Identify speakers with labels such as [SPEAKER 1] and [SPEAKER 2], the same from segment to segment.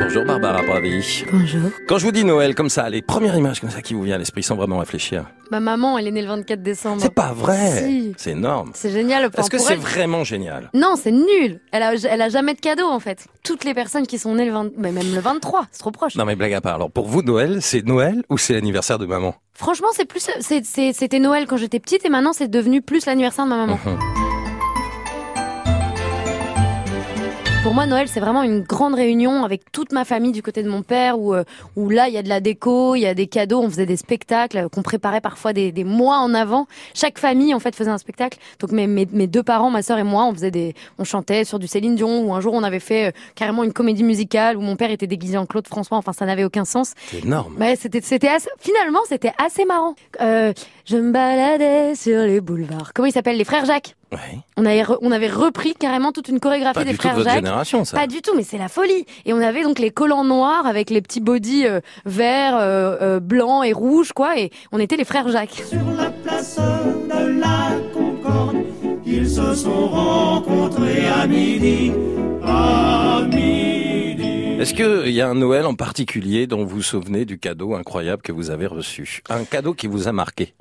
[SPEAKER 1] Bonjour Barbara Pravi.
[SPEAKER 2] Bonjour.
[SPEAKER 1] Quand je vous dis Noël comme ça, les premières images comme ça qui vous viennent à l'esprit sans vraiment réfléchir.
[SPEAKER 2] Ma maman, elle est née le 24 décembre.
[SPEAKER 1] C'est pas vrai.
[SPEAKER 2] Si.
[SPEAKER 1] C'est énorme.
[SPEAKER 2] C'est génial. Enfin,
[SPEAKER 1] Est-ce que
[SPEAKER 2] pour
[SPEAKER 1] c'est
[SPEAKER 2] elle-
[SPEAKER 1] vraiment génial
[SPEAKER 2] Non, c'est nul. Elle a, elle a jamais de cadeau en fait. Toutes les personnes qui sont nées le 20, mais même le 23, c'est trop proche.
[SPEAKER 1] Non mais blague à part. Alors pour vous Noël, c'est Noël ou c'est l'anniversaire de maman
[SPEAKER 2] Franchement, c'est plus, c'est- c'est- c'était Noël quand j'étais petite et maintenant c'est devenu plus l'anniversaire de ma maman.
[SPEAKER 1] Mhm.
[SPEAKER 2] Pour moi, Noël, c'est vraiment une grande réunion avec toute ma famille du côté de mon père, où, euh, où là, il y a de la déco, il y a des cadeaux, on faisait des spectacles euh, qu'on préparait parfois des, des mois en avant. Chaque famille, en fait, faisait un spectacle. Donc mes, mes, mes deux parents, ma sœur et moi, on faisait des, on chantait sur du Céline Dion, ou un jour on avait fait euh, carrément une comédie musicale où mon père était déguisé en Claude François. Enfin, ça n'avait aucun sens.
[SPEAKER 1] C'est énorme.
[SPEAKER 2] Ouais, c'était, c'était assez- finalement, c'était assez marrant. Euh, je me baladais sur les boulevards. Comment ils s'appellent les frères Jacques
[SPEAKER 1] Ouais.
[SPEAKER 2] On avait, re- on avait repris carrément toute une chorégraphie
[SPEAKER 1] Pas
[SPEAKER 2] des
[SPEAKER 1] du tout de
[SPEAKER 2] frères
[SPEAKER 1] votre
[SPEAKER 2] Jacques.
[SPEAKER 1] génération ça.
[SPEAKER 2] Pas du tout, mais c'est la folie. Et on avait donc les collants noirs avec les petits bodys euh, verts, euh, euh, blancs et rouges, quoi. Et on était les frères Jacques.
[SPEAKER 3] Sur la place de la Concorde, ils se sont rencontrés à midi, à midi.
[SPEAKER 1] Est-ce qu'il y a un Noël en particulier dont vous vous souvenez du cadeau incroyable que vous avez reçu Un cadeau qui vous a marqué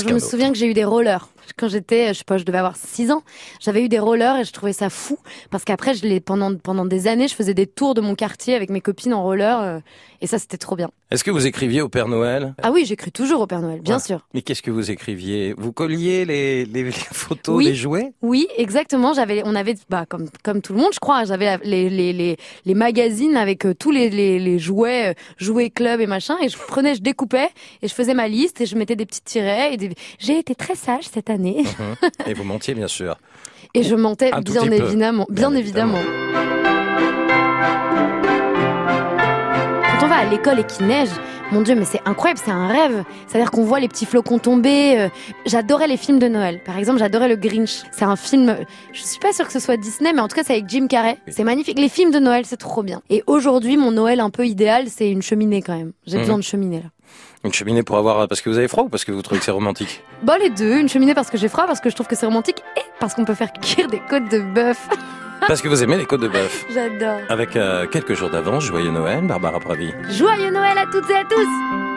[SPEAKER 1] Plus
[SPEAKER 2] Ah, je me
[SPEAKER 1] qu'un autre.
[SPEAKER 2] souviens que j'ai eu des rollers. Quand j'étais, je sais pas, je devais avoir 6 ans, j'avais eu des rollers et je trouvais ça fou. Parce qu'après, je les, pendant, pendant des années, je faisais des tours de mon quartier avec mes copines en roller. euh, et ça, c'était trop bien.
[SPEAKER 1] Est-ce que vous écriviez au Père Noël
[SPEAKER 2] Ah oui, j'écris toujours au Père Noël, bien
[SPEAKER 1] Ouais.
[SPEAKER 2] sûr.
[SPEAKER 1] Mais qu'est-ce que vous écriviez Vous colliez les, les- les photos
[SPEAKER 2] Oui.
[SPEAKER 1] des jouets
[SPEAKER 2] Oui, exactement. J'avais, on avait, bah, comme, comme tout le monde, je crois, j'avais la- les, les, les, les magazines avec euh, tous les, les, les jouets, euh, jouets club et machin, et je prenais, je découpais, et je faisais ma liste, et je mettais des petits tirets, et des... j'ai été très sage cette année,
[SPEAKER 1] Et vous mentiez, bien sûr.
[SPEAKER 2] et je mentais,
[SPEAKER 1] Un tout
[SPEAKER 2] bien
[SPEAKER 1] petit peu.
[SPEAKER 2] évidemment, bien,
[SPEAKER 1] Bien
[SPEAKER 2] évidemment. Quand on va à l'école et qu'il neige, mon Dieu, mais c'est incroyable, c'est un rêve. C'est-à-dire qu'on voit les petits flocons tomber. euh, J'adorais les films de Noël. Par exemple, j'adorais Le Grinch. C'est un film, euh, je suis pas sûre que ce soit Disney, mais en tout cas, c'est avec Jim Carrey.
[SPEAKER 1] Oui.
[SPEAKER 2] C'est magnifique. Les films de Noël, c'est trop bien. Et aujourd'hui, mon Noël un peu idéal, c'est une cheminée quand même. J'ai
[SPEAKER 1] Mhm.
[SPEAKER 2] besoin de cheminée, là.
[SPEAKER 1] Une cheminée pour avoir... Parce que vous avez froid ou parce que vous trouvez que c'est romantique
[SPEAKER 2] Bon, les deux. Une cheminée parce que j'ai froid, parce que je trouve que c'est romantique et parce qu'on peut faire cuire des côtes de bœuf.
[SPEAKER 1] Parce que vous aimez les côtes de bœuf.
[SPEAKER 2] J'adore.
[SPEAKER 1] Avec euh, quelques jours d'avance, joyeux Noël, Barbara Pravi.
[SPEAKER 2] Joyeux Noël à toutes et à tous!